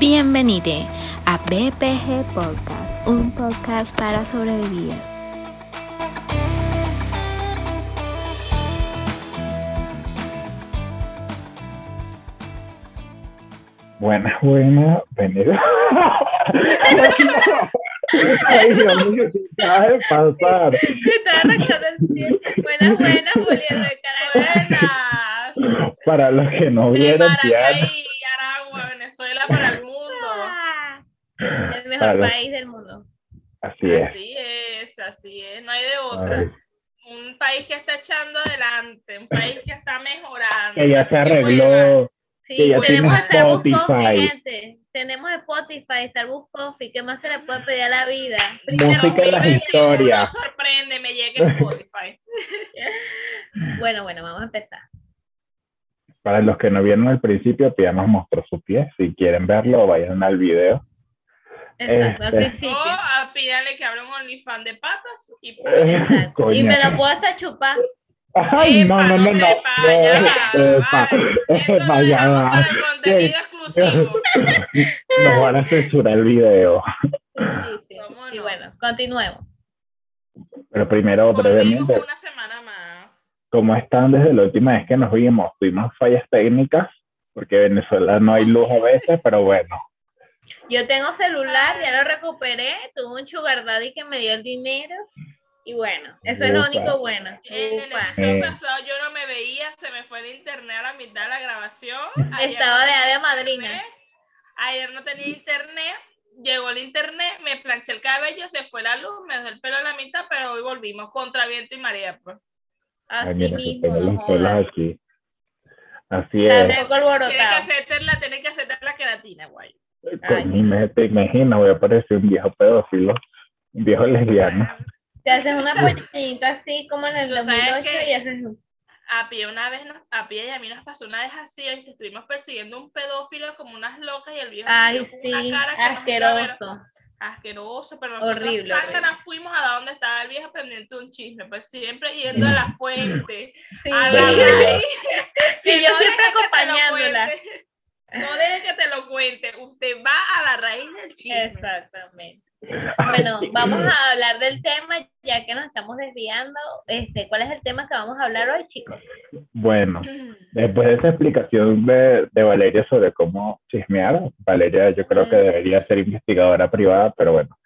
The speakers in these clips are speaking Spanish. Bienvenido a BPG Podcast, un podcast para sobrevivir. Buenas, buenas, bienvenido. Ay, Dios mío, ¿qué acaba de pasar? Se está arrancando el pie. Buenas, buenas, Julián de Carabelas. Para los que no De vieron, Tiana, Maracay, Aragua, Venezuela para el mundo. El mejor Ah. Para los- país del mundo. así es. Así es, así es. No hay de otra. eh. Ay, Un país que está echando adelante, un país que está mejorando. que ya Así se bueno, arregló. Sí, que ya tenemos tiene Starbucks Coffee, Spotify. gente. Tenemos Spotify, Starbucks Coffee. ¿Qué más se le puede pedir a la vida? primero música en las 2021 historias. Sorprende, me llega Spotify. Bueno, bueno, vamos a empezar. Para los que no vieron al principio, Tía nos mostró su pie. Si quieren verlo, vayan al video. Exacto, Este. al O principio. Oh, a pídanle que abra un OnlyFans de patas y pues, Exacto. Y Coño. me lo puedo hasta chupar. Ay, no, Epa, no, no, se no. vaya, Epa, Eso lo epa, ya dejamos va. para el contenido exclusivo. Nos van a censurar el video. Sí, sí. ¿Cómo Y no? bueno, continuemos. Pero primero, Volvimos brevemente, una semana más. ¿cómo están desde la última vez que nos vimos? Tuvimos fallas técnicas, porque en Venezuela no hay luz a veces, pero bueno. Yo tengo celular, ya lo recuperé. Tuve un sugar daddy que me dio el dinero. Y bueno, eso es lo Upa. único bueno. En el Upa. episodio Eh. pasado yo no me veía, se me fue el internet a la mitad de la grabación. Estaba de área internet. madrina. Ayer no tenía internet, llegó el internet, me planché el cabello, se fue la luz, me dejó el pelo a la mitad, pero hoy volvimos contra viento y marea. pues. Ay, Así mira, que mismo, tengo no los pelos jodas. aquí. Así es. Tampoco Tienes que alborotado. hacerte la, tienes que hacerte la queratina, guay. Ay. Con me, te imaginas, voy a parecer un viejo pedófilo, un viejo lesbiano. Te haces una puertita así como en el Tú sabes 2008 que- y haces un- A pie una vez, nos- a pie y a mí nos pasó una vez así, que estuvimos persiguiendo un pedófilo como unas locas y el viejo Ay, nos dio con sí, una cara que nos hizo ver asqueroso. asqueroso, pero nosotros Horrible, zánganas horrible. fuimos a donde estaba el viejo pendiente un chisme, pues siempre yendo a la fuente, Sí, a la Verdad. raíz, que yo no siempre dejes que te lo acompañándola. cuente. No deje que te lo cuente, usted va a la raíz del chisme. Exactamente. Bueno, vamos a hablar del tema, ya que nos estamos desviando. Este, ¿Cuál es el tema que vamos a hablar hoy, chicos? Bueno, después de esa explicación de, de Valeria sobre cómo chismear, Valeria yo creo que Ujú. debería ser investigadora privada, pero bueno,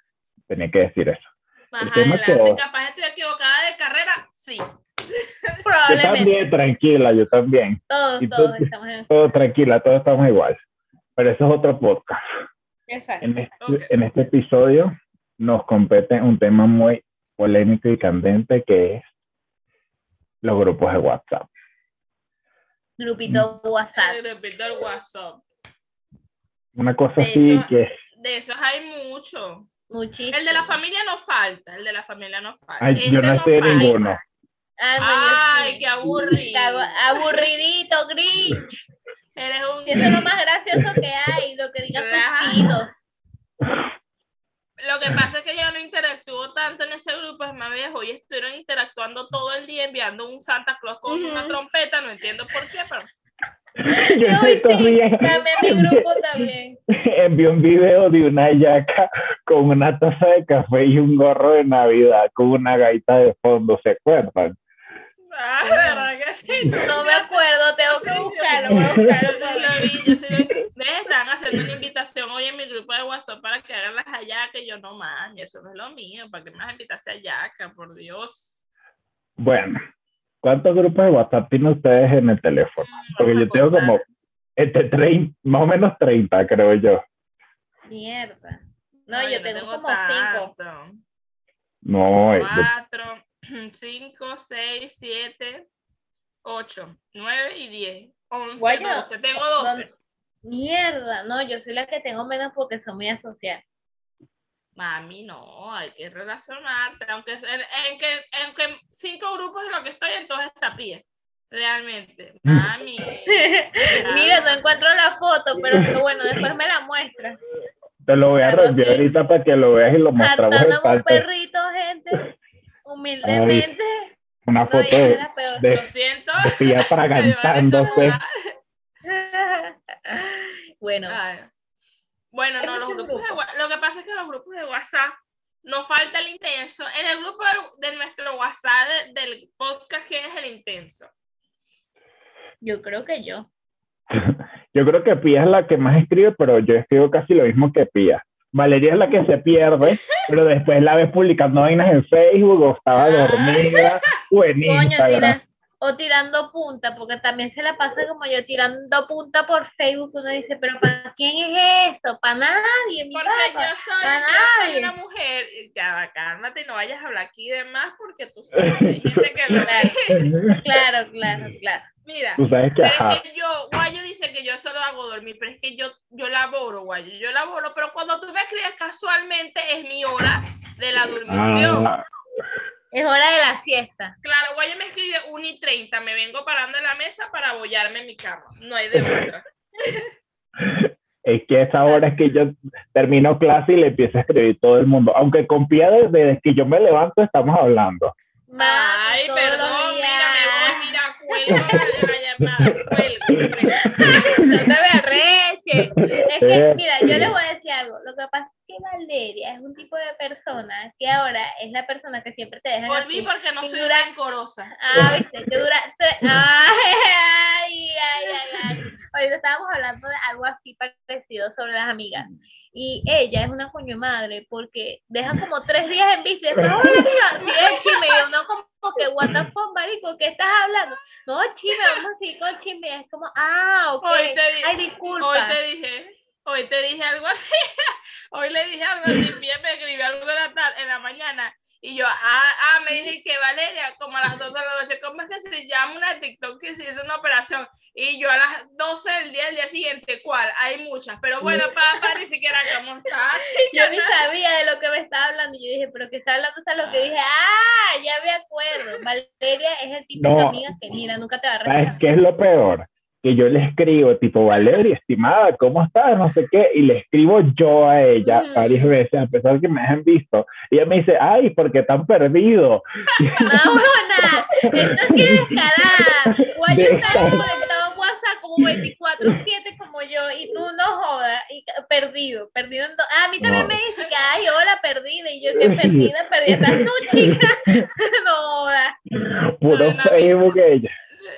tenía que decir eso. Más El tema adelante, que- capaz estoy equivocada de carrera, sí. Yo Probablemente también, tranquila, yo también. todos, y tú- todos estamos en... Todo tranquila, todos estamos igual. Pero eso es otro podcast. Exacto. En este, Ok. en este episodio nos compete un tema muy polémico y candente que es los grupos de WhatsApp. Grupito WhatsApp. El grupito del WhatsApp. Una cosa De así eso- que De esos hay mucho. Muchísimo. El de la familia no falta, el de la familia no falta. ay, yo Ese no estoy en falta. ninguno. Ah, no, yo Ay, sí. qué aburrido. Cabo- Aburridito, gris. Eres un Eso es lo más gracioso que hay, lo que digan Claro. tus tíos. Lo que pasa es que yo no interactúo tanto en ese grupo, es más viejo, y estuvieron interactuando todo el día enviando un Santa Claus con una Ujú. trompeta, no entiendo por qué, pero Yo en Yo estos sí, días También mi grupo también. envié un video de una yaca con una taza de café y un gorro de Navidad con una gaita de fondo, ¿se acuerdan? ah, la verdad que sí. No me acuerdo, tengo que buscarlo, voy a Yo buscarlo. sí lo vi, yo sí lo vi. Ustedes están haciendo una invitación hoy en mi grupo de WhatsApp para que hagan las hallacas, y yo no mami, eso no es lo mío, para que me invitase a hallaca, por Dios. Bueno, ¿cuántos grupos de WhatsApp tienen ustedes en el teléfono? Porque yo tengo como entre 30, más o menos 30, creo yo. Mierda. No, yo tengo como cinco. tanto. No, eh, yo- 4, 5, 6, 7, 8, 9 y 10. 11, Guayo, 12. Tengo 12. Mierda, no, yo soy la que tengo menos porque soy muy asociada. Mami, no, hay que relacionarse. Aunque en, en que, en que cinco grupos de lo que estoy, entonces está pie. Realmente. Mami. Ah. Mira, no encuentro la foto, pero bueno, después me la muestra. te lo voy a Claro, reenviar sí. ahorita para que lo veas y lo mostramos en Saltándome un parte. perrito, gente. Humildemente. Una No, yo foto soy de, la peor. de, Lo siento. Pía pues. fragantándose. Bueno, Ay, Bueno, Hay no, los muchos grupos de grupos. Wha- lo que pasa es que los grupos de WhatsApp nos falta el intenso. En el grupo de, de nuestro WhatsApp de- del podcast, ¿quién es el intenso? Yo creo que yo. Yo creo que Pía es la que más escribe, pero yo escribo casi lo mismo que Pía. Valeria es la que se pierde, pero después la ves publicando vainas en Facebook, o estaba dormida, o en Coño, Instagram. tira- o tirando punta, porque también se la pasa como yo tirando punta por Facebook. Uno dice, pero ¿para quién es esto? Para nadie, mi Porque papá. yo soy, para yo soy nadie. una mujer. y Ya, va, cálmate y no vayas a hablar aquí de más porque tú sabes que hay gente que Claro, lo claro, claro, claro. Mira, Tú sabes que, pero ajá, es que yo, Guayo dice que yo solo hago dormir, pero es que yo, yo laboro, Guayo, yo laboro, pero cuando tú me escribes casualmente es mi hora de la dormición. ah, Es hora de la siesta. Claro, Guayo me escribe 1 y 30, me vengo parando en la mesa para abollarme en mi cama, no hay de otra. es que a esa hora es que yo termino clase y le empiezo a escribir todo el mundo. Aunque con Pía desde que yo me levanto estamos hablando. Mami, Ay, todos los perdón, mira, me días. voy, mira, cuelgo la, la llamada, cuelgo. cuelgo. No te me arreches. Es que, Eh. mira, yo les voy a decir algo. Lo que pasa es que Valeria es un tipo de persona que ahora es la persona que siempre te deja. Volví porque no soy Figura- rencorosa. Ah, viste, que dura. tre- Ay, ay, ay, ay. Hoy estábamos hablando de algo así parecido sobre las amigas. Y ella es una coño madre porque deja como tres días en bici. Después, hola, amiga. Sí, es chisme. Y uno como que, what the fuck, marico, ¿qué estás hablando? No, chisme, vamos a seguir con chisme. Es como, ah, ok. Hoy te di- Ay, disculpa. Hoy te dije, hoy te dije algo así. Hoy le dije algo así, Pía me escribió algo en la, tar- en la mañana. Y yo, ah, ah, me dije que Valeria, como a las 12 de la noche, ¿cómo es que se llama una TikTok que se hizo una operación? Y yo a las 12 del día, del día siguiente, ¿cuál? Hay muchas, pero bueno, papá, ni siquiera cómo está. Yo ni sabía de lo que me estaba hablando. y Yo dije, pero que está hablando hasta lo que dije. Ah, ya me acuerdo. Valeria es el tipo de No. amiga que mira, nunca te va a ¿Sabes respetar. qué es lo peor? Que yo le escribo, tipo, Valeria, estimada, ¿cómo estás? No sé qué. Y le escribo yo a ella Ujú. varias veces, a pesar de que me hayan visto. Y ella me dice, ay, porque tan perdido. ¡Mamona! ¡Esto es que descarada! Guayo está conectado a WhatsApp como 24-7 como yo y tú no jodas. Y perdido, perdido. en do- Ah, a mí también No. me dice que, ay, hola, perdida. Y yo que perdida, perdida. Estás tú, chica. No jodas. Ah, Puro una Facebook ella.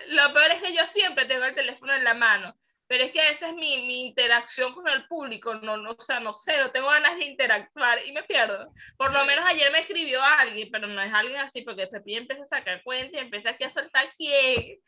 Lo peor es que yo siempre tengo el teléfono en la mano, pero es que a veces mi, mi interacción con el público, no, no, o sea, no sé, no tengo ganas de interactuar y me pierdo. Por lo menos ayer me escribió alguien, pero no es alguien así, porque Pepi empieza a sacar cuenta y empieza aquí a soltar quién.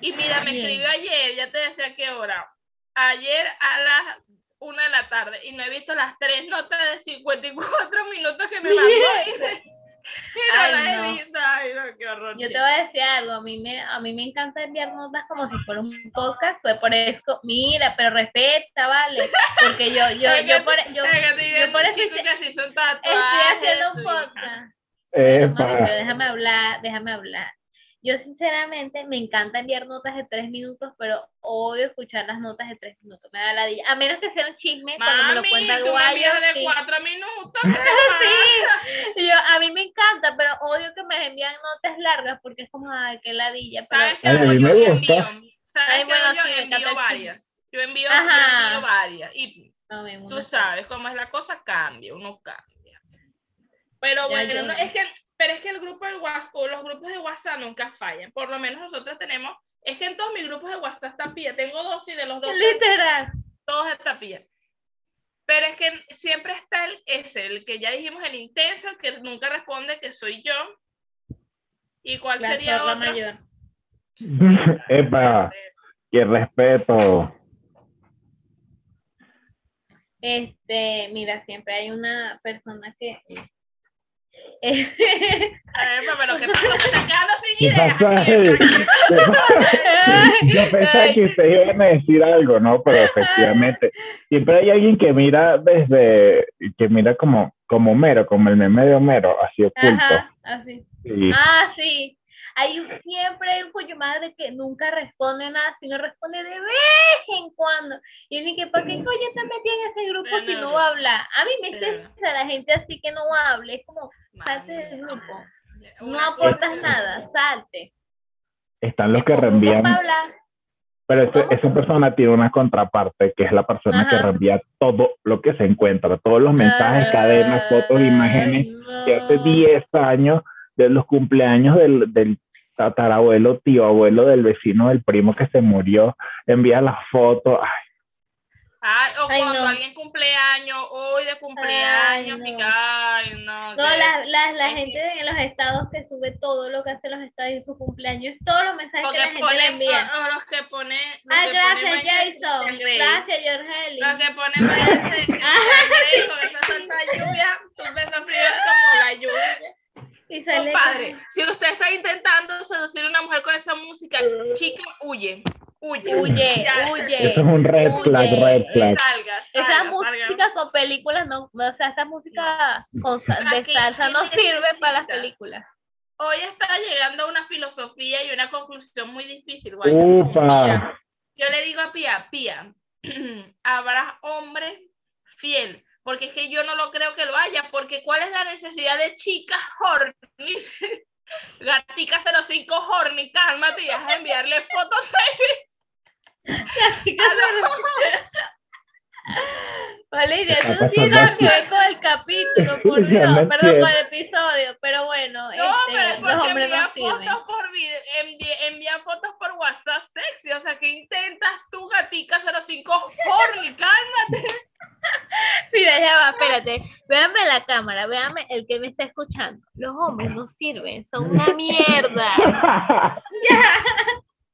Y mira, me Bien. escribió ayer, ya te decía a qué hora, ayer a las una de la tarde y no he visto las tres notas de 54 minutos que me mandó. Y, y no Ay, las he no. visto. Ay, no, qué horror. Yo te chico. voy a decir algo, a mí me, a mí me encanta enviar notas como si fuera un podcast, pues por eso, mira, pero respeta, vale, porque yo, yo, Es que yo, por, yo Ay, que te yo digo, por eso chicos hice- que así son estoy tatuajes. haciendo un sí. podcast. Pero, mami, Epa. pero déjame hablar, déjame hablar. Yo sinceramente me encanta enviar notas de tres minutos, pero odio escuchar las notas de tres minutos, me da la A menos que sea un chisme, cuando me lo Mami, cuenta tú me Guayo, envías de sí. cuatro minutos. ¿qué te Sí, pasa? Y yo, a mí me encanta, pero odio que me envían notas largas porque es como, ay, qué ladilla, pero... ¿Sabes qué Ay, a hago mí yo? me Yo gusta. envío. ¿Sabes Ay, qué bueno, hago yo? sí, me encanta el envío chisme. varias. Yo envío, yo Ajá. envío varias. Y no me tú gusta. sabes cómo es la cosa, cambia, uno cambia. Pero Ya, bueno, yo- no, es que, pero es que el grupo del WhatsApp, o los grupos de WhatsApp nunca fallan. Por lo menos nosotros tenemos, es que en todos mis grupos de WhatsApp están pilla. Tengo dos y de los dos. son Literal. todos de tapilla. Pero es que siempre está el ese, el que ya dijimos, el intenso, el que nunca responde, que soy yo. ¿Y cuál La sería zorra otro? mayor. Epa, qué respeto. Este, mira, siempre hay una persona que. eh, A ver, pero ¿qué pasó? Se están quedando sin ¿Qué ideas. pasó ahí? ¿Qué pasó? Yo pensaba que ustedes iban a decir algo, ¿no? Pero efectivamente, siempre hay alguien que mira desde, que mira como, como Homero, como el meme de Homero, así oculto. Ajá, así. Y- Ah, sí. Hay un- siempre hay un coño madre que nunca responde nada, sino responde de vez en cuando. Y ni que, ¿por qué coño te metí en ese grupo Bueno, si no no. va a hablar? A mí me Pero no. interesa la gente así que no hable, es como, salte del grupo. No aportas nada, salte. Están los que Como, no reenvían, pa' hablar. Pero ese- esa persona tiene una contraparte, que es la persona Ajá. que reenvía todo lo que se encuentra, todos los mensajes, Ah, cadenas, fotos, imágenes, que hace 10 años de los cumpleaños del, del tatarabuelo, tío abuelo, del vecino, del primo que se murió, envía las fotos. Ay, Ay, o Ay, cuando no. alguien cumpleaños, hoy de cumpleaños, no. pica, ay, No, no. qué- la, la, la gente en los estados que sube todo lo que hace los estados y su cumpleaños, todos los mensajes que Porque la gente le ponen, envía. o- o los que ponen. los Ah, que gracias ponen Jason, Mayer- Grace. gracias Jorgeli. Los que ponen Mayer- Grace con esa salsa de lluvia, tus besos fríos como la lluvia. Oh, Y sale Compadre, si usted está intentando seducir a una mujer con esa música, chica, huye. Huye. Huye, Ya. huye. eso es un red Oye, flag, red flag. Salga, salga, Esas salga. músicas con películas, no, no, o sea, esa música con sa- de Aquí, salsa no ¿qué sirve para las Mm. necesitas? películas. Hoy está llegando a una filosofía y una conclusión muy difícil, guay. Upa, Yo le digo a Pía, Pía, habrá hombre fiel, porque es que yo no lo creo que lo haya, porque ¿cuál es la necesidad de chicas hornis? Gaticas 05 horny, cálmate y haz de enviarle fotos a ese- a los- Valeria, Está tú pasando sí tienes aquí. que ver con el capítulo, por Ya Dios, no perdón, entiendo. con el episodio, pero bueno, No, este, pero es los porque hombres envía no sirven. fotos por video, envi- envía fotos por WhatsApp sexy, o sea, ¿qué intentas tú, gatica 05 horny, cálmate? Mira, ya va, espérate, véanme la cámara, véanme el que me está escuchando. Los hombres no sirven, son una mierda.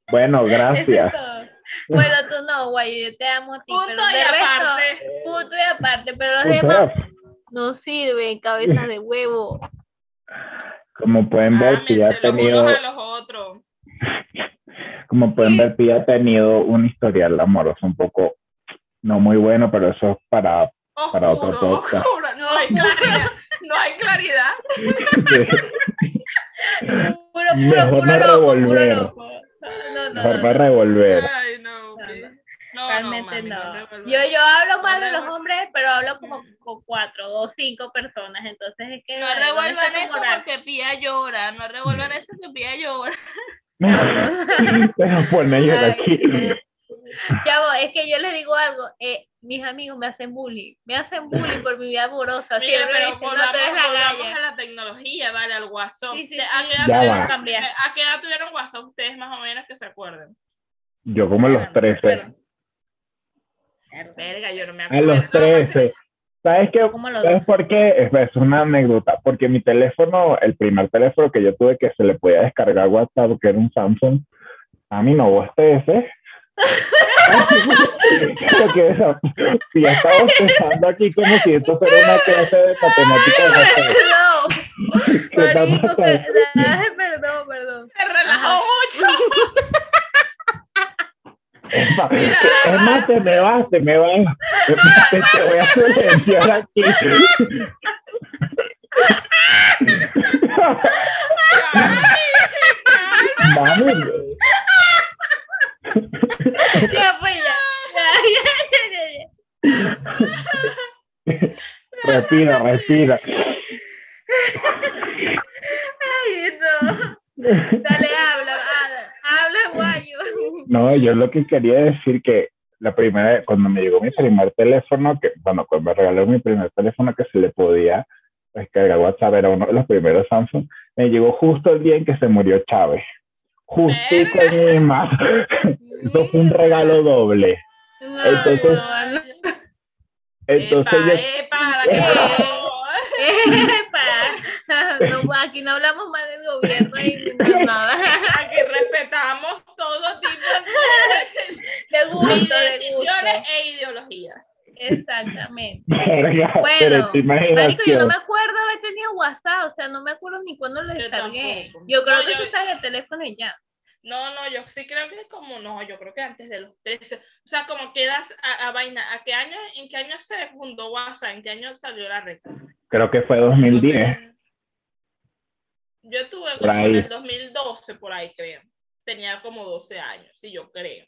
bueno, Eso es gracias. todo. Bueno, tú no, guay, yo te amo a ti, pero Punto de y resto, aparte. punto y aparte, pero los Punto y demás aparte. no sirven, cabezas de huevo. Como pueden ver, Ámense Pia ha los tenido, unos a los otros. como pueden ver, Pia ha tenido un historial amoroso un poco no muy bueno, pero eso es para Para otro Oscuro, podcast. oscuro, no hay claridad, no hay claridad. Puro, puro, Mejor puro no loco, puro revolver. loco. No, no, no, mejor para no, revolver. Ay, No, no, Pi. no. no, realmente mami, no. revuelvas. Yo, yo hablo mal de los revuelvas. hombres, pero hablo como con cuatro o cinco personas, entonces es que No ay, revuelvan está tu eso moral? porque Pía llora, no Mm. revuelvan eso que Pía llora. Deja poner yo Ay, aquí. eh, Chavo, es que yo les digo algo, eh, mis amigos me hacen bullying, me hacen bullying por mi vida amorosa, Mira, siempre pero dicen, no, volvamos, tú eres la volvamos galla. a la tecnología, vale, al WhatsApp. Sí, sí, ¿De- ¿A, sí. qué Ya edad tuvieron- va. Cambiar. a qué edad tuvieron WhatsApp ustedes más o menos que se acuerden? Yo como a los 13. Verga, yo no me A acuerdo. los 13. ¿Sabes qué? ¿Cómo lo ¿Sabes por qué? Es, es una anécdota. Porque mi teléfono, el primer teléfono que yo tuve que se le podía descargar WhatsApp, que era un Samsung, a mí no, vos te ese. Porque esa- si ya estaba pensando aquí como si esto fuera una clase de matemáticas. no sé, ¿qué está Perdón, marico, pasando? que- ay, perdón, perdón. Se relajó mucho. Epa, Mira, Es más, te me vas, te me vas. Te, te voy a silenciar aquí. Ay, Mami, Ya, pues, ya. Ya, ya, ya, ya. respira, respira. Ay, no. Dale, habla, habla, habla, guayo. No, yo lo que quería decir que la primera, cuando me llegó mi primer teléfono, que bueno, cuando me regaló mi primer teléfono que se le podía descargar WhatsApp, era uno de los primeros Samsung, me llegó justo el día en que se murió Chávez. Justico en Eh. mi mano. Eso fue un regalo doble. No, Entonces- no, no. Entonces epa, yo eh. epa, la que no. Epa. No, aquí no hablamos más del gobierno y de nada. Aquí respetamos todo tipo de De gusto, de decisiones, gusto. decisiones e ideologías. Exactamente. Verga, Bueno, pero te Marico, yo no imaginación. me acuerdo haber tenido WhatsApp, o sea, no me acuerdo ni cuándo lo Yo descargué. tampoco. Yo creo No, que yo- tú estás en el teléfono y ya. No, no, yo sí creo que como no, yo creo que antes de los 13. O sea, como quedas a, a vaina, ¿a qué año, en qué año se fundó WhatsApp? ¿En qué año salió la red? Creo que fue 2010. Yo tuve Por como en ahí. el 2012, por ahí creo. Tenía como 12 años, sí, yo creo.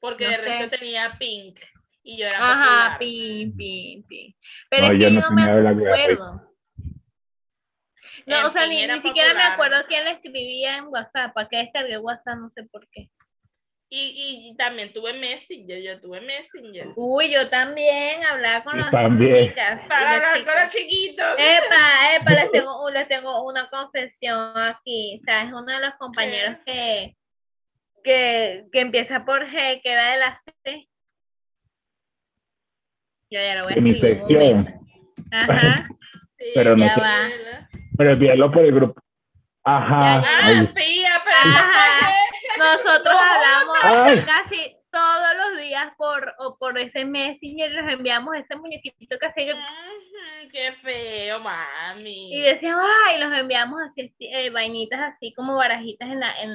Porque No de sé. resto tenía Pink y yo era Ajá, popular. pin, pin, pin. No, Pero es yo que no yo no me tenía Blackberry. acuerdo. En No, o sea, fin, ni, era ni siquiera me popular. acuerdo quién le escribía en WhatsApp. ¿Para qué descargué WhatsApp? No sé por qué. Y, y también tuve Messenger, yo tuve Messenger. Uy, yo también hablaba con Yo las también. chicas. y Para las hablar chicas. con los chiquitos. Eh, Epa, epa, les tengo, un- les tengo una confesión aquí. O sea, es uno de los compañeros que, que, que empieza por G, que va de la C. Yo ya lo voy a De mi escribir un sección. momento. Ajá. Sí, pero no ya sé. va. Pero envíalo por el grupo. Ajá. Ya, Ah, ahí. pía, pero Ajá. Nosotros No, hablamos Ay. casi todos los días por, o por ese messenger, les enviamos ese muñequito que hacía que- Ujú, Qué feo, mami. y decíamos, ay, los enviamos así, eh, vainitas así como barajitas en la, en,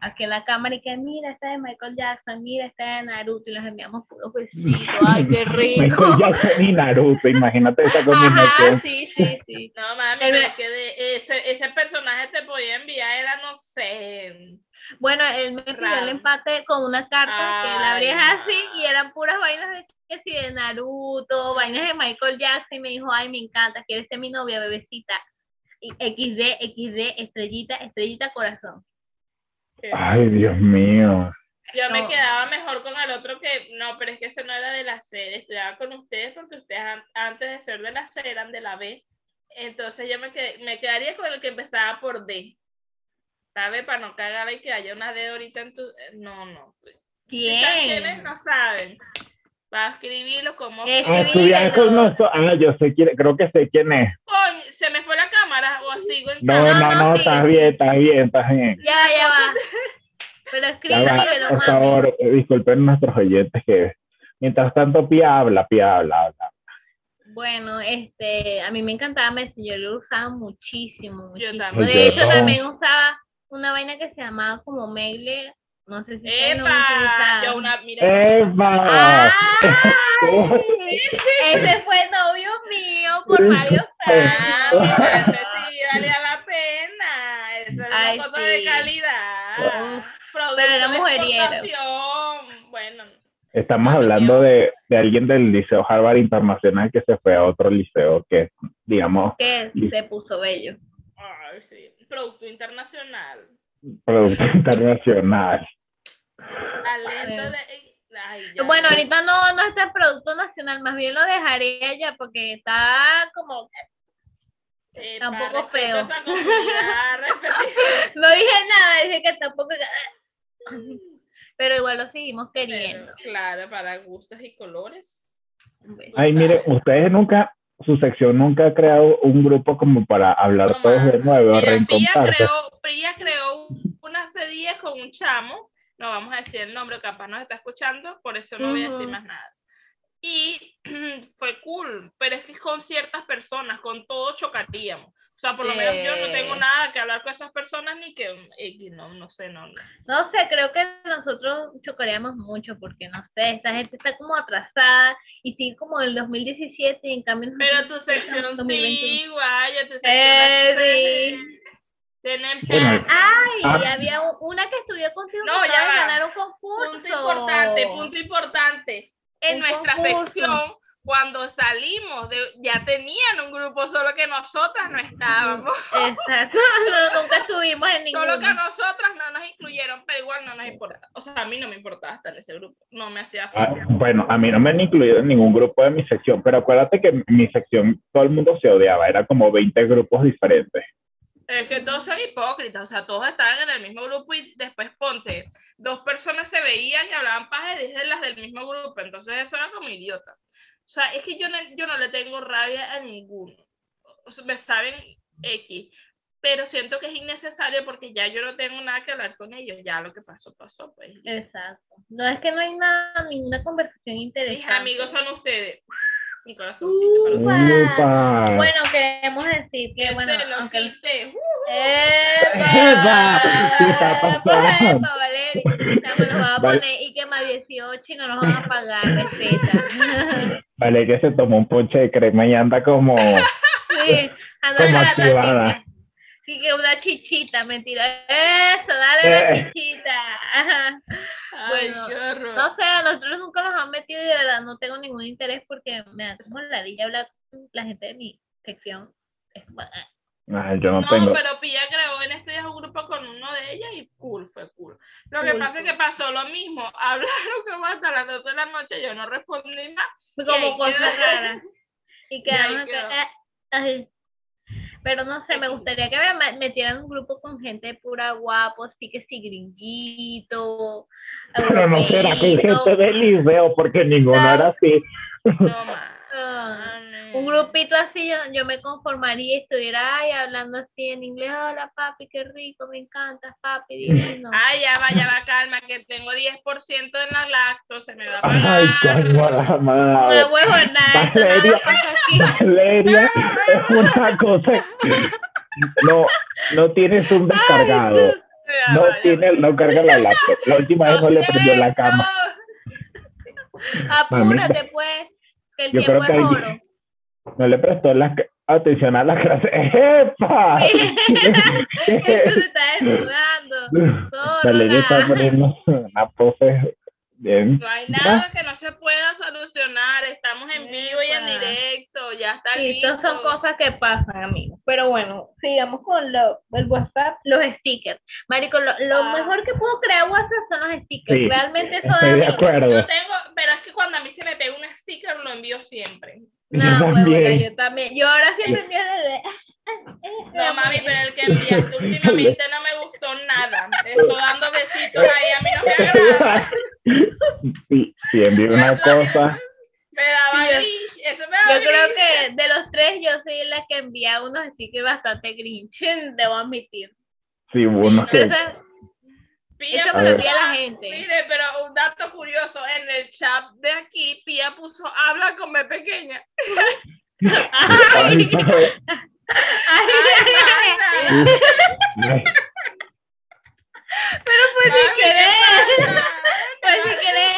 aquí en la cámara y que mira, esta de Michael Jackson, mira, esta de Naruto y los enviamos puros besitos, ay, qué rico. Michael Jackson y Naruto, imagínate esa Ajá, combinación. sí, sí, sí. No, mami, Pero- pero es que de- ese, ese personaje te podía enviar, era, no sé. Bueno, él me pidió el Raro. empate con una carta que la Ay, abrías así no. y eran puras vainas de, que si de Naruto, vainas de Michael Jackson y me dijo, ay, me encanta, quieres ser mi novia, bebecita. Y XD, XD, estrellita, estrellita, corazón. Ay, Dios mío. Yo me No. quedaba mejor con el otro que, no, pero es que ese no era de la C, estudiaba con ustedes porque ustedes an- antes de ser de la C eran de la B. Entonces yo me, qued- me quedaría con el que empezaba por D. ¿Sabes? Para no cagar y que haya una D ahorita en tu... eh, No, no. Si sabes quién es, ¿Quién? no saben. Va a escribirlo como... Eh, Ah, Qué estudiar lindo. con nosotros. Ah, yo sé quién, creo que sé quién es. Coño, se me fue la cámara o sigo en No, No, no, cámara. no, no, sí, estás sí. bien, estás bien, estás bien. Ya, ya va. Pero Ya va, escríbelo por mami. favor, eh, disculpen nuestros oyentes que mientras tanto Pia habla, Pia habla, habla. Bueno, este, a mí me encantaba Messenger, yo lo usaba muchísimo, muchísimo. también. De hecho, Yo no. también usaba una vaina que se llamaba como Megle, no sé si ustedes lo ¡Epa! utilizaban. Yo una... Mira, Eh, ¡Eva! Ah. ¡Ay! Ese fue novio mío por varios Ah, pero años. ese sí valía la pena. Eso era Ay, una cosa de sí. calidad. Uf, Producto pero era de mujeriero. exportación. Bueno, Estamos hablando de, de alguien del Liceo Harvard Internacional que se fue a otro liceo que, digamos, Que se puso bello. ay, sí. Producto internacional. producto internacional. Talento Bueno. de. ay, ya. Bueno, ahorita no, no está en Producto Nacional, más bien lo dejaré allá porque está como... Eh, está un para poco respeto feo. a esa comunidad, respeto- No dije nada, dije que tampoco... Pero igual lo seguimos queriendo. Pero, Claro, para gustos y colores. Bueno. Ay, mire, ustedes nunca, su sección nunca ha creado un grupo como para hablar No, todos de mano. nuevo, Mira, Pía reencontrarse. creó, Pía creó una C10 con un chamo, no vamos a decir el nombre, capaz nos está escuchando, por eso no voy a decir Ujú. más nada. Y fue cool, pero es que con ciertas personas, con todo chocaríamos. O sea, por lo menos yo no tengo Eh. nada que hablar con esas personas ni que, eh, no, no sé, no, no. No sé, creo que nosotros chocaríamos mucho porque no sé, esta gente está como atrasada y sigue como en el 2017 y en cambio... Pero nosotros tu sección estamos en 2021. sí, guaya, tu sección. Eh, sí. Tienen Bueno, Ay, Ah. y había un- una que estudió contigo No, que ya acaba de va. ganar un concurso. Punto importante, punto importante. En Un nuestra concurso. sección, cuando salimos, de, ya tenían un grupo, solo que nosotras no estábamos. Exacto, no, nunca estuvimos en Solo que a ningún. nosotras no nos incluyeron, pero igual no nos importa. O sea, a mí no me importaba estar en ese grupo, no me hacía ah, falta. bueno, a mí no me han incluido en ningún grupo de mi sección, pero acuérdate que en mi sección todo el mundo se odiaba, era como 20 grupos diferentes. Es que todos son hipócritas, o sea, todos estaban en el mismo grupo y después ponte, dos personas se veían y hablaban paja y dicen las del mismo grupo, entonces eso era como idiota. O sea, es que yo no, yo no le tengo rabia a ninguno, O sea, me saben X, pero siento que es innecesario porque ya yo no tengo nada que hablar con ellos, ya lo que pasó, pasó, pues. Exacto. No es que no hay nada, ninguna conversación interesante. Mis amigos son ustedes. Mi Uh, corazoncito. para ustedes. Upa. Upa. Bueno, queremos decir que, Yo bueno, se lo aunque. quité. Uh, ¡Epa! ¡Epa! ¿Qué está ¡Epa, pasando? epa, Valeria! Ya me los van a Vale. poner y que más 18 y no nos van a pagar, respeta. Valeria se tomó un ponche de crema y anda como... Sí, anda Como la activada. tacita. Sí, que una chichita, mentira. Eso, dale una Eh. chichita. Ajá. ay, Bueno, qué horror. No sé, a nosotros nunca nos han metido y de verdad no tengo ningún interés porque me da como ladilla hablar con la gente de mi sección. Es como, ah, Ay, yo no, No, tengo... pero Pilla creó en este día un grupo con uno de ellas y cool, fue cool. Lo que pasa es que pasó lo mismo. Hablaron como hasta las 12 de la noche, yo no respondí más. como ahí cosas quedó. raras. Y Y ahí quedaron que, quedó. eh, así. Pero no sé, me gustaría que me ma- metieran un grupo con gente pura guapo, así que sí, gringuito. Pero no será con europeíto, gente del liceo, porque ninguno No. era así. No más. ah, Mm. Un grupito así, yo, yo me conformaría y estuviera ahí hablando así en inglés. Hola, papi, qué rico, me encantas, Mm. papi, divino. Ah, Ay, ya va, ya va, calma, que tengo 10% en la lacto, se me va a pagar. Ay, coño, la madre. No huevo nada, esto nada Valeria. pasa aquí. Valeria, es una cosa. No, no tienes un descargado. Ya No va, ya tiene, no carga la laptop. La última va. vez no le sé, prendió la cama. Apúrate, pues, que el Yo creo tiempo que es hay- oro. No le prestó la ca- atención a las clases. ¡Epa! Esto se está desnudando. Valeria está Zorra. poniendo una pose bien. No hay nada que no se pueda solucionar. Estamos en vivo y en Epa. directo. Ya está Sí, listo. estas son cosas que pasan, amigos. Pero bueno, sigamos con lo, el WhatsApp, los stickers. Marico, lo, lo Ah. mejor que puedo crear WhatsApp son los stickers. Sí, Realmente son Estoy de amigos. acuerdo. Yo tengo, pero es que cuando a mí se me pega un sticker, lo envío siempre. No, Yo huevona, también. yo también. Yo ahora siempre envío desde. No, mami, pero el que enviaste últimamente no me gustó nada. Eso dando besitos ahí a mí no me agrada. Sí, sí, envió una cosa. Me daba Sí, yo- gris. Eso me daba Yo creo gris. que de los tres, yo soy la que envía unos stickers bastante grinch, debo admitir. Sí, hubo unos Pero que. eso, Pía eso A me lo puso- ver. envía la gente. Mire, pero un dato curioso, en el chat de aquí, Pía puso, habla con B pequeña. Ay, Ay, Ay, Marta. ay, pues Mami, si ¿qué querés, pasa? pues si querés.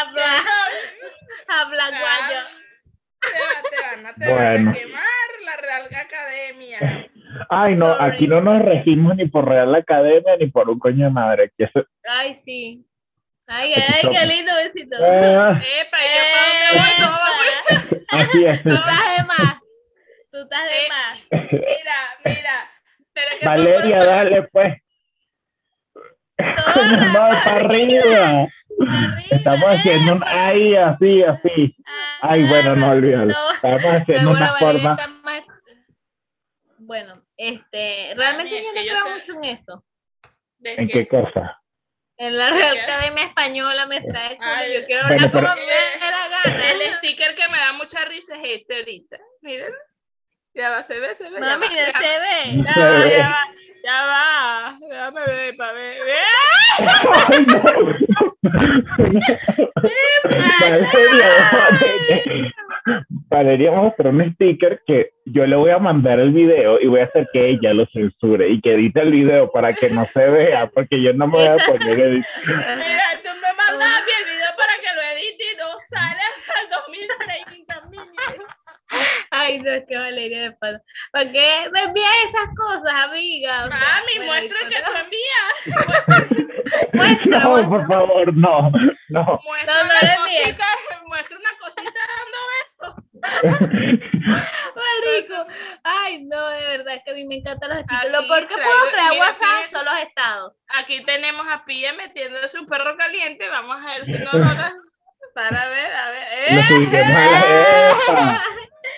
Habla, habla Ah. guayo. Te van a, te van Bueno. a quemar la Real Academia. Ay, no, aquí no nos regimos ni por Real Academia ni por un coño de madre. Que eso- Ay, sí. Ay, Aquí ay, qué somos. lindo besito. Ah, Epa, ¿y yo para dónde voy? ¿Cómo va a ser? así es. Tú estás de más. Tú estás de Eh, más. Mira, mira. Pero es que tú Valeria, por- dale pues. Zorra, No, para arriba. arriba, Estamos haciendo un ahí, así, así. Ay, bueno, no olvídalo. No. Estamos Pero haciendo bueno, una Valeria forma. está más- Bueno, este, realmente es yo que no yo creo sé- mucho en eso. ¿De ¿En qué? qué cosa? En la Real qué? Academia Española me está de culo, Ay, yo quiero Bueno, hablar pero- como me dé la El gana. sticker que me da mucha risa es este ahorita. Miren. Ya va, se ve, se ve. ya Mami, este va, no se ya ve. Ya va, ya va, ya va. Déjame ver, pa' ver. ¡Ve! Ay, no. Valeria, Valeria. Valeria mostró un sticker que yo le voy a mandar el video y voy a hacer que ella lo censure y que edite el video para que no se vea, porque yo no me voy a poner a editar. Mira, tú me mandas mi video para que lo edite y no sale hasta el 2030, mínimo. Ay, no, es que Valeria de pasa. ¿Por qué me envía esas cosas, amiga? O sea, bueno, Mami, muestra y que con- tú envías. Muestra, No, muestra. por favor, no, no. Muestra No, no una lo envíes. cosita, muestra una cosita dando Marico. Ay, no, de verdad que a mí me encantan los stickers. Lo Aquí peor que traigo- puedo crear mira, WhatsApp fíjese. son los estados. Aquí tenemos a Pille metiéndose un perro caliente. Vamos a ver si no nota. Para ver, a ver. ¡Eh! Lo subiremos a la- ¡Epa!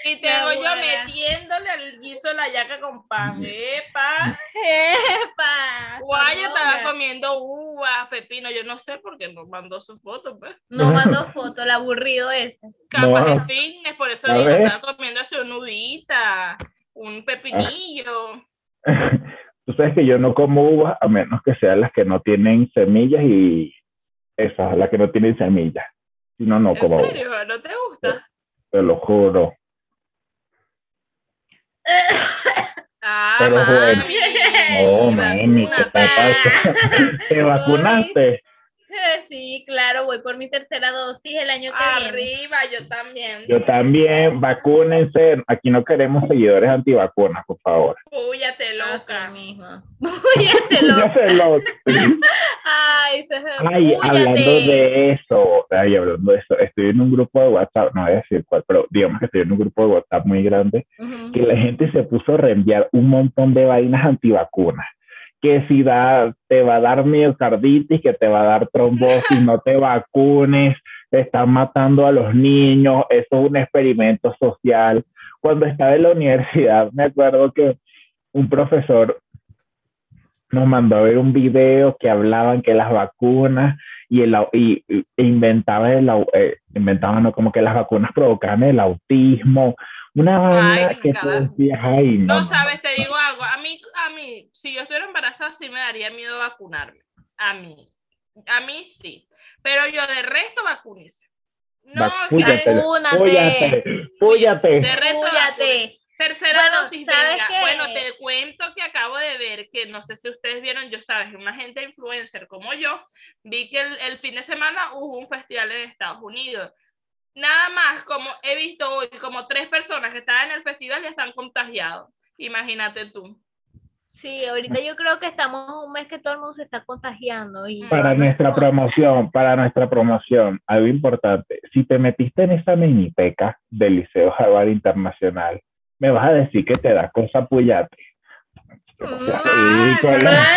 Y tengo La yo buena. metiéndole al guiso la yaca con pan. ¡Epa! ¡Epa! Guaya estaba Perdona. comiendo uvas, pepino. Yo no sé por qué no mandó su foto, pues. No mando foto, el aburrido este. es. Capaz No. de fitness, por eso A digo, ver. estaba comiéndose una uvita, un pepinillo. Ah, Tú sabes que yo no como uvas a menos que sean las que no tienen semillas y esas, las que no tienen semillas. Si no, no ¿En como uvas, serio? ¿No te gusta? te lo juro. Ah, Pero bueno. mami, Oh, vacuna. mami, ¿qué te pasa? ¿Te vacunaste? Sí, claro, voy por mi tercera dosis el año que Ah, viene. Ah, Arriba, yo también. Yo también, vacúnense. Aquí no queremos seguidores antivacunas, por favor. Púyate, Ah. loca. misma. Púyatelo. Ya se lo- este Ay, se Ay, hablando de eso, ay, hablando de eso, estoy en un grupo de WhatsApp, no voy a decir cuál, pero digamos que estoy en un grupo de WhatsApp muy grande que la gente se puso a reenviar un montón de vainas antivacunas. que si da, te va a dar miocarditis, que te va a dar trombosis, no te vacunes, te están matando a los niños, eso es un experimento social. Cuando estaba en la universidad, me acuerdo que un profesor nos mandó a ver un video que hablaban que las vacunas y, el, au- y, y- e inventaban, el, au- eh, inventaban ¿no? como que las vacunas provocaban el autismo, una vaina Ay, que tú carajo. decías, ay, no. No, no, sabes, no, te digo algo. A mí, a mí, si yo estuviera embarazada, sí me daría miedo vacunarme. A mí. A mí sí. Pero yo de resto vacúnese. No, Vacúnate, que- Vacúnate. Fúllate, fúllate. De resto vacúnese. Cuídate. Tercera Bueno, dosis, ¿sabes venga. qué? Bueno, te cuento que acabo de ver que no sé si ustedes vieron, yo sabes, una gente influencer como yo, vi que el, el fin de semana hubo un festival en Estados Unidos. Nada más, como he visto hoy, como tres personas que estaban en el festival ya están contagiados. Imagínate tú. Sí, ahorita yo creo que estamos en un mes que todo el mundo se está contagiando. Y Para nuestra promoción, para nuestra promoción, algo importante. Si te metiste en esa miniteca del Liceo Harvard Internacional, me vas a decir que te da cosa puyate. Ah,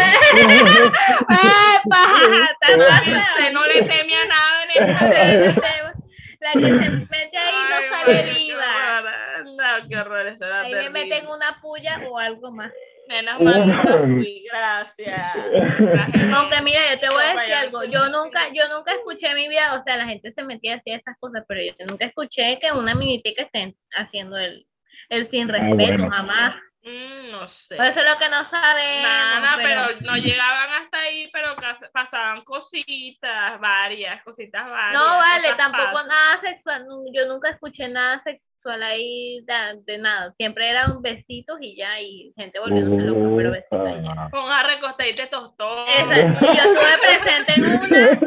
¡Eh, paja! ¡Te vas Que usted no le teme a nada en esta vida. a- La que se mete ahí Ay, no sale bueno, qué viva. horror. No, qué horror, eso era Ahí me terrible. meten una puya o algo más. Menos mal que no Ujú. fui, gracias. La gente- Aunque mira, yo te voy a Vaya, decir algo. sí, Yo sí. nunca, yo nunca escuché en mi vida, o sea, la gente se metía a hacer esas cosas, pero yo nunca escuché que en una minitica estén haciendo el, el sin Ah, respeto, bueno. jamás. Mm, no sé. Por eso es lo que no sabemos. Nada, pero- pero no llegaban hasta ahí, pero cas- pasaban cositas, varias, cositas varias. No vale, cosas tampoco pasan. nada sexual. nu- Yo nunca escuché nada sexual ahí da- de, nada. Siempre eran besitos y ya, y gente volviéndose loca, pero besitos y ya. Con a recostadita de tostón. Exacto, y yo estuve presente en una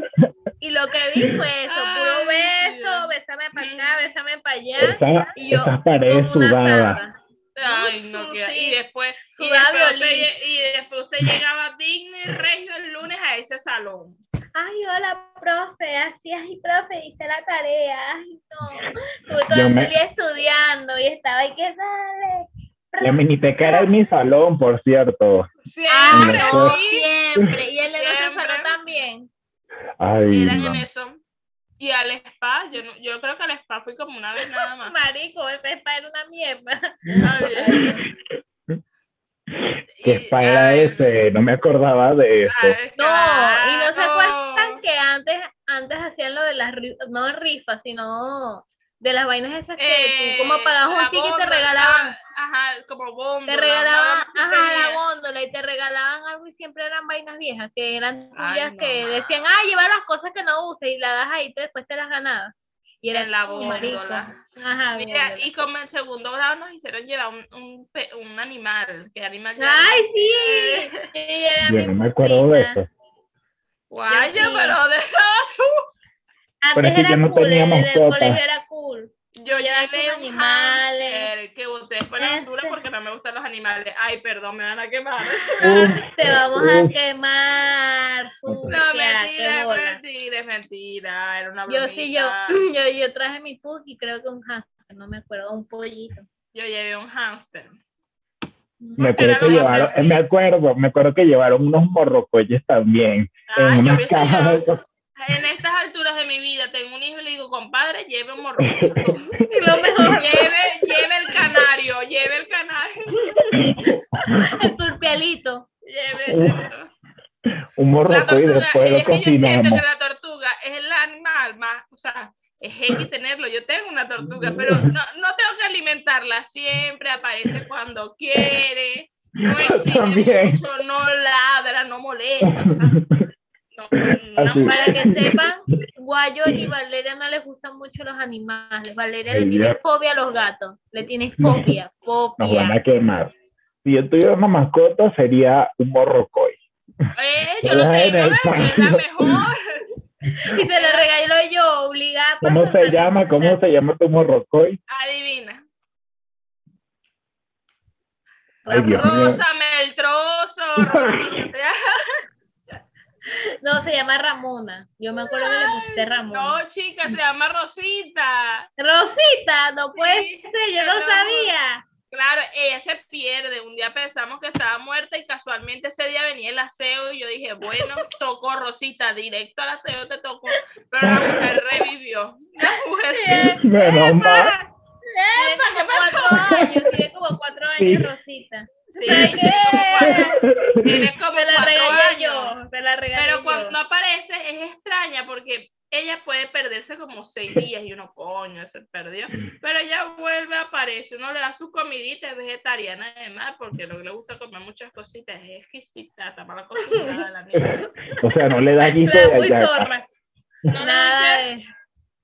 y lo que vi fue eso, puro Ay, beso, Dios. besame para acá, besame para allá. Esas, Y yo, esas paredes con una sudadas. tapa. Ay, no, que- Sí. Y después, y Sudaba después, usted, violín. lle- y después usted llegaba digno y regio el lunes a ese salón. Ay, hola, profe, así, ay, profe, hice la tarea, ay, no. Estuve todo Yo el me- día estudiando y estaba ahí que dale. La miniteca era en mi salón, por cierto. Ah, Siempre, no, sí, siempre. Y el de Siempre. Gonzalo también. Ay, eran no. en eso. Y al spa, yo, no- yo creo que al spa fui como una vez nada más. Ah, Marico, el Pepa era una mierda. Ay, ¿Qué y- spa era ay, ese? No me acordaba de eso. ay, No, y no se claro. acuerdan que antes, antes hacían lo de las ri- no rifas, sino de las vainas esas que Eh, tú como pagabas la un ticket y te góndola, regalaban, Ajá, como bomba. te regalaban, ajá, la góndola y te regalaban algo y siempre eran vainas viejas, que eran Ay, tuyas no, que ma. decían, ah, lleva las cosas que no uses y las das ahí, te- después te las ganabas. Y era En la como, marico. góndola. Ajá, góndola. Mira, y como en segundo grado nos hicieron llevar un, un, pe- un animal. ¿Qué animal era? Ay, sí. Eh, Sí, era Yo mi no me acuerdo de cosita. eso. Guaya, Yo sí. pero de Pero Antes es que era ya no cool, en teníamos el copas. colegio era cool. Yo Llevar llevé tus un animales. hamster que ustedes fueron Este. basura porque no me gustan los animales. Ay, perdón, me van a quemar. Uf, Te vamos a uf. quemar. sucia, No, pues qué mentira, bola. es mentira, es mentira. Era una Yo bromita. sí, yo, yo, yo traje mi pug y creo que un hamster, no me acuerdo, un pollito. Yo llevé un hámster. Me acuerdo, Era que lo más llevaron, eh, sencillo. me acuerdo, me acuerdo que llevaron unos morrocoyes también. Ay, en Ah, yo unas hubiese cajas llevado- de esos- En estas alturas de mi vida tengo un hijo y le digo, compadre, lleve un morroco. Y lo mejor, lleve, lleve el canario, lleve el canario, el turpialito. lleve ese- un La morrocoy y tortuga, después lo es que yo siento cocinamos. que la tortuga es el animal más, o sea, es X tenerlo. Yo tengo una tortuga, pero no, no tengo que alimentarla siempre, aparece cuando quiere, no exige También. mucho, no ladra, no molesta, o sea, no, no, Así. Para que sepan, Guayo y Valeria no les gustan mucho los animales. Valeria le El tiene viernes. fobia a los gatos. Le tiene fobia, Nos van fobia. a quemar. Si yo tuviera una mascota, sería un morrocoy. Eh, yo lo Deja en tengo, el ¿ves? es la patio. mejor. Y se lo regaló yo, obligada. por ¿Cómo su se llama? ¿Cómo se llama tu morrocoy? Adivina. Ay, Dios mío. Rózame el trozo, Rosita, o sea, No, se llama Ramona. Yo me acuerdo que le puse Ramona. no, chica, se llama Rosita. Rosita, no puede Sí, ser, yo Ramona. no sabía. Claro, ella se pierde. Un día pensamos que estaba muerta y casualmente ese día venía el aseo y yo dije, bueno, tocó Rosita, directo al aseo te tocó. Pero la mujer revivió. La mujer. Bien. Menos mal. ¡Epa! Tiene ¡Epa! ¿Qué como pasó? cuatro años, Sí. tiene como cuatro años, Rosita. Sí, tiene como cuatro- tiene como Se la cuatro regalé años. yo, se la regalé Pero yo. cuando aparece es extraña porque ella puede perderse como seis días y uno, coño, se perdió. Pero ella vuelve, aparece, uno le da su comidita, es vegetariana además, porque no le gusta comer muchas cositas, es exquisita, está mal acostumbrada la niña. O sea, no le da guiso Fue muy de ayaca. zorra. No, le Nada da- de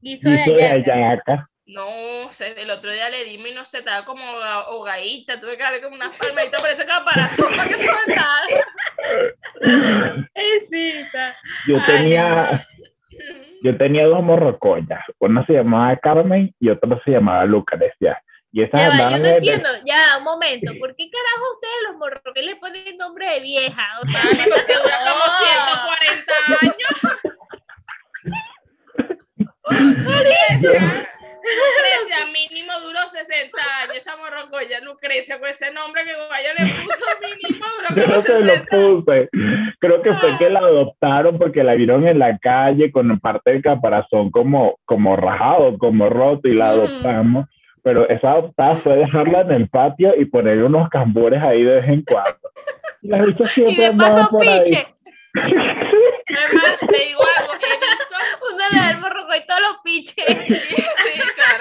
guiso de Guiso de ayaca. ayaca. no sé, el otro día le dimos y no se estaba como ahoga- ahogadita, tuve que darle como unas palmaditas, parece caparazón para que se soltara. Eh, sí, está. Yo Ay, tenía, yo tenía dos morrocoyas. Una se llamaba Carmen y otra se llamaba Lucrecia. Y esas Ya va, yo andaban no de- entiendo, ya, un momento, ¿por qué carajo ustedes los morroques le ponen nombre de vieja? O sea, Porque dura como no. 140 años. Yo- Lucrecia mínimo duró 60 años, esa morrocoya Lucrecia con ese nombre que Guaya le puso mínimo duró Yo como no se lo 60 años. puse. Creo que fue que la adoptaron porque la vieron en la calle con parte del caparazón como, como rajado, como roto y la Ujú. adoptamos. Pero esa adoptada fue dejarla en el patio y poner unos cambores ahí de vez en cuando. Y las bichas Y siempre de andaban paso por ahí. pinche, Además, te digo algo, he visto uno le da el morroco y todos los pinches. Sí, claro.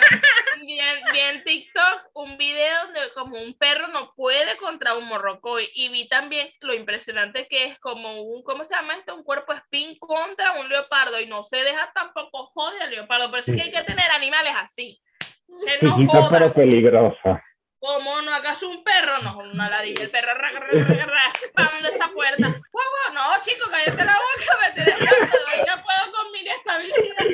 Vi en, vi en TikTok un video donde como un perro no puede contra un morrocoy y vi también lo impresionante que es como un, ¿cómo se llama esto? Un cuerpo espín contra un leopardo y no se deja tampoco joder al leopardo, por eso es que hay que tener animales así. Que no Chiquita jodan. pero peligrosa. ¿Cómo no acaso un perro? No, una ladilla, el perro ra, ra, ra, ra, raspando esa puerta. Juego, no, chico, cállate la boca, me tienes harta, hoy no puedo con mi inestabilidad.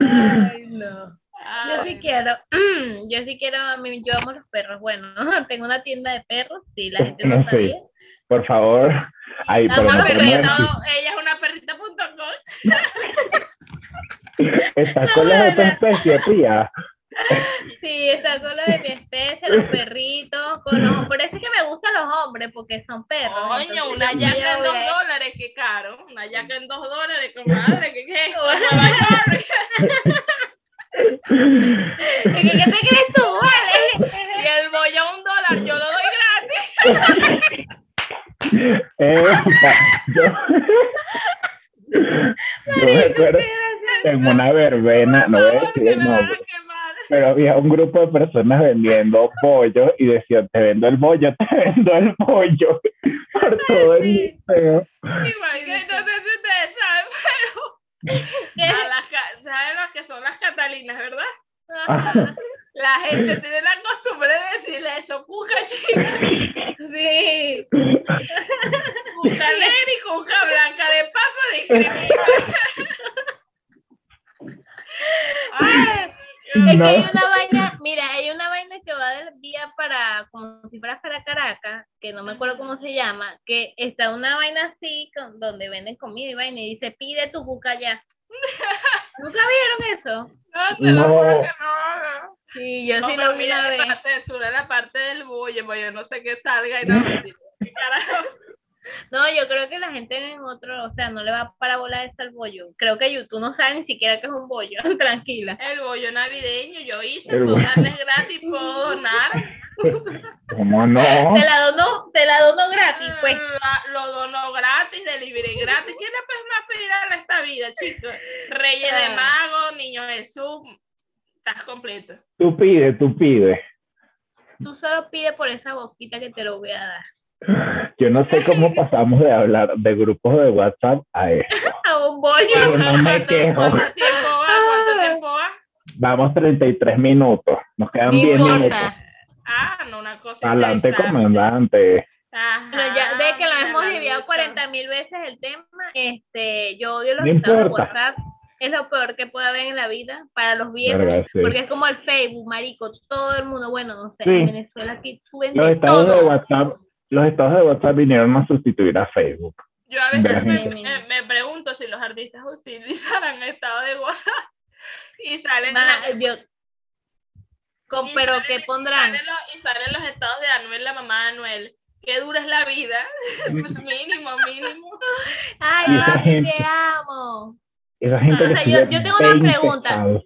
Ay, no. Yo Ay, sí quiero, yo sí quiero, a mí- yo amo los perros. Bueno, tengo una tienda de perros, sí, la gente no Sí. sabía. Por favor. Ay, La pero no Vamos a mala tenemos- perrita, ella es una perrita.com. ¿Estás con las de tu mala. especie, tía? Sí, está con lo de mi especie, los perritos, con los Por eso es que me gustan los hombres, porque son perros. Coño, entonces una yo yaca en voy a- dos dólares, qué caro. Una yaca en dos dólares, comadre, ¿qué qué es esto? Nueva York. ¿Qué, qué- qué te crees tú? Vale. Y el bollo a un dólar, yo lo doy gratis. Epa, yo, Eh, yo me acuerdo en una verbena, no voy a Porque decir el me van a nombre, quemar. pero había un grupo de personas vendiendo bollos y decían, te vendo el bollo, te vendo el bollo, por todo el Sí. liceo. Igual que no sé si ustedes saben, a las ca- saben las que son las catalinas, ¿verdad? Ah. Ajá, La gente tiene la costumbre de decirle eso, cuca chica, Sí. cuca negra y cuca blanca, de paso discrimina. Ay, Es No. que hay una vaina, mira, hay una vaina que va del día para, como si fuera para Caracas, que no me acuerdo cómo se llama, que está una vaina así, con, donde venden comida y vaina, y dice, pide tu cuca ya. ¿Nunca vieron eso? no, te lo No. juro que no, no. Sí, yo No, sí pero lo vi mira, una vez. para censurar la parte del bullying, pues yo no sé qué salga y no. ¿Qué carajo? No, yo creo que la gente en otro, o sea, no le va para bola eso al bollo. Creo que YouTube no sabe ni siquiera que es un bollo, tranquila. El bollo navideño, yo hice, El puedo bollo. darles gratis, puedo donar. ¿Cómo no? Te la dono, te la dono gratis, pues. Mm, La- lo dono gratis, delivery gratis. ¿Qué le puedes más pedir a esta vida, chicos? Reyes de Ah. Mago, Niño Jesús, estás completo. Tú pide, tú pide. Tú solo pide por esa boquita que te lo voy a dar. Yo no sé cómo pasamos de hablar de grupos de WhatsApp a esto. A un bollo. Pero no me ¿Cuánto- quejo. ¿Cuánto tiempo va? ¿Cuánto Ay. tiempo va? Vamos 33 minutos, nos quedan No 10 minutos. importa. Ah, no, una cosa. Adelante, interesante. comandante. Ajá, Pero ya ve que lo Ah, mira, hemos la vivido lucha. 40 mil veces el tema. Este, yo odio los No estados de importa. WhatsApp. Es lo peor que puede haber en la vida para los viejos. Verga, sí. Porque es como el Facebook, marico. Todo el mundo, bueno, no sé, Sí. en Venezuela aquí suben Los de estados de todo. WhatsApp, los estados de WhatsApp vinieron a sustituir a Facebook. Yo a veces me, Veramente. me- eh, me pregunto si los artistas utilizarán estado de WhatsApp y salen Ma- yo, Ah, Con, Y eh, pero salen- ¿qué pondrán? salen los- y salen los estados de Anuel, la mamá de Anuel. Qué dura es la vida. Pues mínimo, mínimo. Ay, Y esa papi, gente. te amo. Esa gente Ah, O que sea, se yo- lleva yo tengo una 20 pregunta. estados.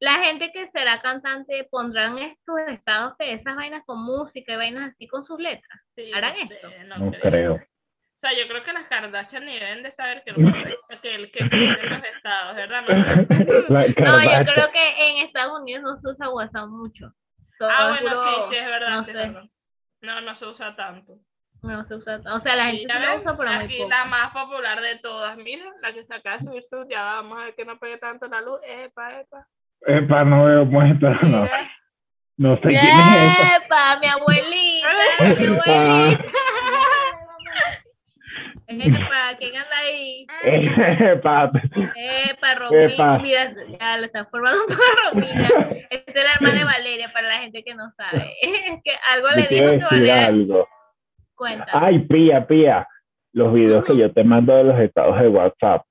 La gente que será cantante pondrán estos estados de esas vainas con música y vainas así con sus letras. Sí, ¿Harán no sé, esto? no No creo. creo. O sea, yo creo que las Kardashian ni deben de saber que, lo que, que el que existen los estados, ¿verdad? No. La No, yo Kardashian. creo que en Estados Unidos no se usa WhatsApp mucho. Todo Ah, es bueno, puro- sí, sí, es verdad. no sí, es sé. verdad. No, no se usa tanto. No se usa. O sea, la gente Mira, sí lo usa, pero muy aquí poco. la más popular de todas, mira, la que se acaba de subir su, ya vamos a ver que no pegue tanto la luz, epa, epa. Epa, no veo muestra, no. Mira, No sé quién es esa. ¡Epa! ¡Mi abuelita! ¡Mi abuelita! ¡Epa! ¿Quién anda ahí? Ah, Epa, ¡Epa, Romina! Epa. Mira, ya lo están formando con Romina. Esta es la hermana de Valeria, para la gente que no sabe. Es que algo le yo quiero Ah, dijo que decir Valeria algo. cuenta. Ay, pía, pía. Los videos que yo te mando de los estados de WhatsApp.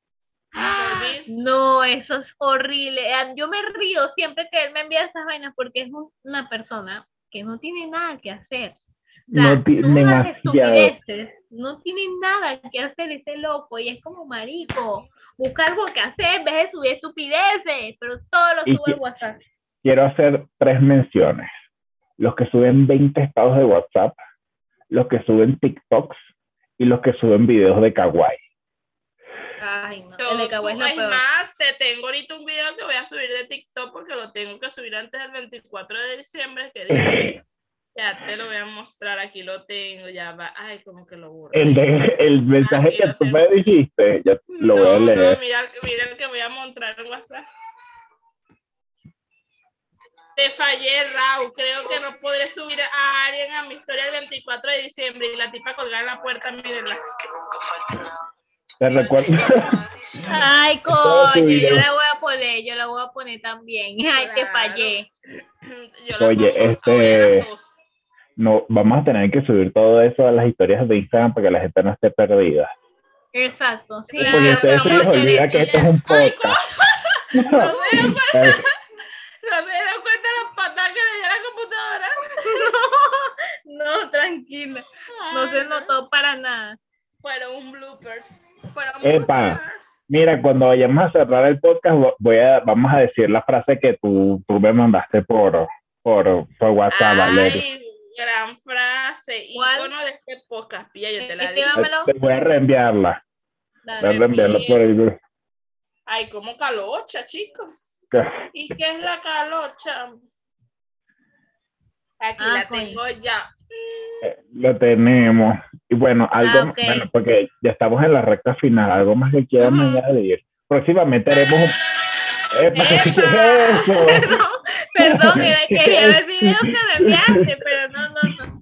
Ah, No, eso es horrible. Eh, Yo me río siempre que él me envía esas vainas porque es un- una persona que no tiene nada que hacer. O sea, No ti- tú unas demasiado. estupideces, no tiene nada que hacer ese loco y es como marico. Busca algo que hacer en vez de subir estupideces, pero todo lo Y sube que- al WhatsApp. quiero hacer tres menciones. Los que suben 20 estados de WhatsApp, los que suben TikToks y los que suben videos de kawaii. Ay, no. Yo, El de Kawaii es tú- lo es peor. más, te tengo ahorita un video que voy a subir de TikTok porque lo tengo que subir antes del 24 de diciembre que dice, ya te lo voy a mostrar, aquí lo tengo, ya va, ay, como que lo borro. El, de- el mensaje sí, que lo tú tengo. me dijiste, yo lo voy a Ah, No, no, leer. mira, mira el que voy a mostrar en WhatsApp. Te fallé, Raúl. Creo que no podré subir a alguien a mi historia el 24 de diciembre y la tipa colgada en la puerta, mírenla. Te recuerdo. Ay, Todo coño, yo subido. la voy a poner, yo la voy a poner también. Ay, que Claro. fallé. Yo la Oye, pongo este- hoy a las dos. no, vamos a tener que subir todo eso a las historias de Instagram para que la gente no esté perdida. Exacto. Sí, Porque a yo la ustedes voy se a les poner. olvida que esto es un Ay, podcast. No se dieron cuenta, Eh, no se dieron cuenta las patadas que le dio a la computadora. No, tranquila. No se Ay, notó para nada. Fueron un bloopers. Fueron Epa. bloopers. Mira, cuando vayamos a cerrar el podcast, vo- voy a, vamos a decir la frase que tú, tú me mandaste por, por, por WhatsApp, Valeria. Ay, gran frase, ¿Cuál? ícono de este podcast, pilla, yo te la Este digo. va- Dámelo. Te voy a reenviarla. Voy a Dale. Dale. reenviarla por el Ay, como calocha, chico. ¿Qué? ¿Y qué es la calocha? Aquí Ah, la coño. tengo ya. Lo tenemos. Y bueno, algo, Ah, ok. bueno, porque ya estamos en la recta final. ¿Algo más que quieran Ujú. añadir? Próximamente haremos un... ¡Epa! ¿qué ¡Epa! es eso? Perdón, perdón, mira, quería ver videos que me enviaste, pero no, no, no.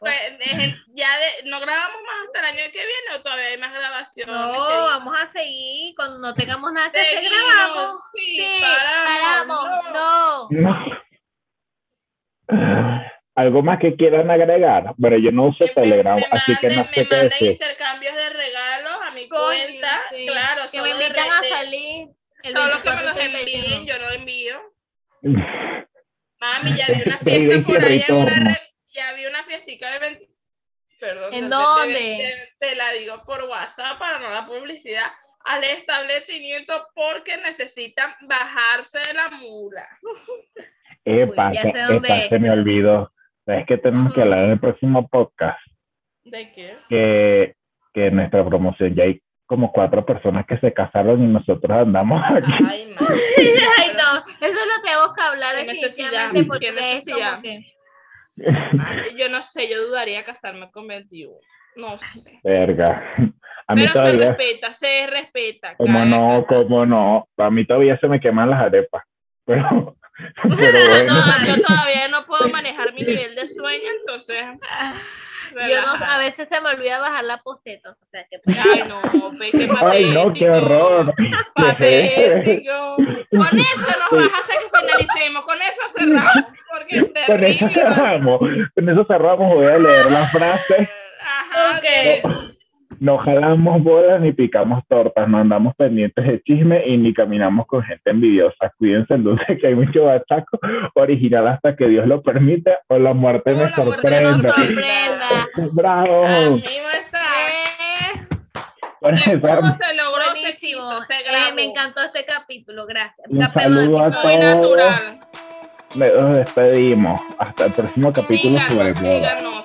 Pues, eh, ya de- no grabamos más hasta el año que viene o todavía hay más grabaciones. No, vamos a seguir. Cuando no tengamos nada que hacer, Seguimos, grabamos. sí, Sí, paramos, paramos. No. No. ¿Algo más que quieran agregar? Pero yo no uso Que me- Telegram, me así que no manden- sé qué me manden decir. intercambios de regalos a mi Coño, cuenta. sí. Claro, Que me solo de invitan re- a de- salir. el Solo que me 24 los y 31. envíen, yo no los envío. Mami, ya vi una Te digo fiesta por ahí, en una interritorno. re- ya vi una fiestica de 20. Perdón. ¿En no, dónde? Te, te- te la digo por WhatsApp para no la publicidad al establecimiento porque necesitan bajarse de la mula. Epa, Uy, ya se- sé dónde epa, es. se me olvidó. ¿Sabes qué tenemos que Ujú. hablar en el próximo podcast? ¿De qué? que, que en nuestra promoción ya hay como cuatro personas que se casaron y nosotros andamos aquí. Ay, madre. Ay, no. Eso lo tenemos que hablar Qué necesidad, definitivamente qué porque es como necesidad. que- Ay, Yo no sé, yo dudaría casarme con 21. No sé. Verga. A mí Pero se todavía, respeta, se respeta. como cara. no, como no. A mí todavía se me queman las arepas. Pero, pero bueno. No, yo todavía no puedo manejar mi nivel de sueño, entonces. Yo no, relajada. a veces se me olvida bajar la poseta, o sea, que Ay, no, ve qué Ay, no, qué patético. horror. Patético. Con eso nos vas a hacer que finalicemos, con eso cerramos, porque es Con eso terrible. cerramos. Con eso cerramos. Voy a leer la frase. Ajá, Ok. de- no jalamos bolas ni picamos tortas, no andamos pendientes de chisme y ni caminamos con gente envidiosa. Cuídense entonces que hay mucho bachaco original hasta que Dios lo permita o la muerte O me la muerte me sorprenda. Oh. sorprenda. ¡Bravo! Así no está. Eh, Por ¿Cómo esa- se logró? Se buenísimo. quiso, se Eh, grabó. me encantó este capítulo, gracias. Un saludo a Capemático. Muy natural. nos despedimos. Hasta el próximo capítulo sobre Síganos, bodas. síganos.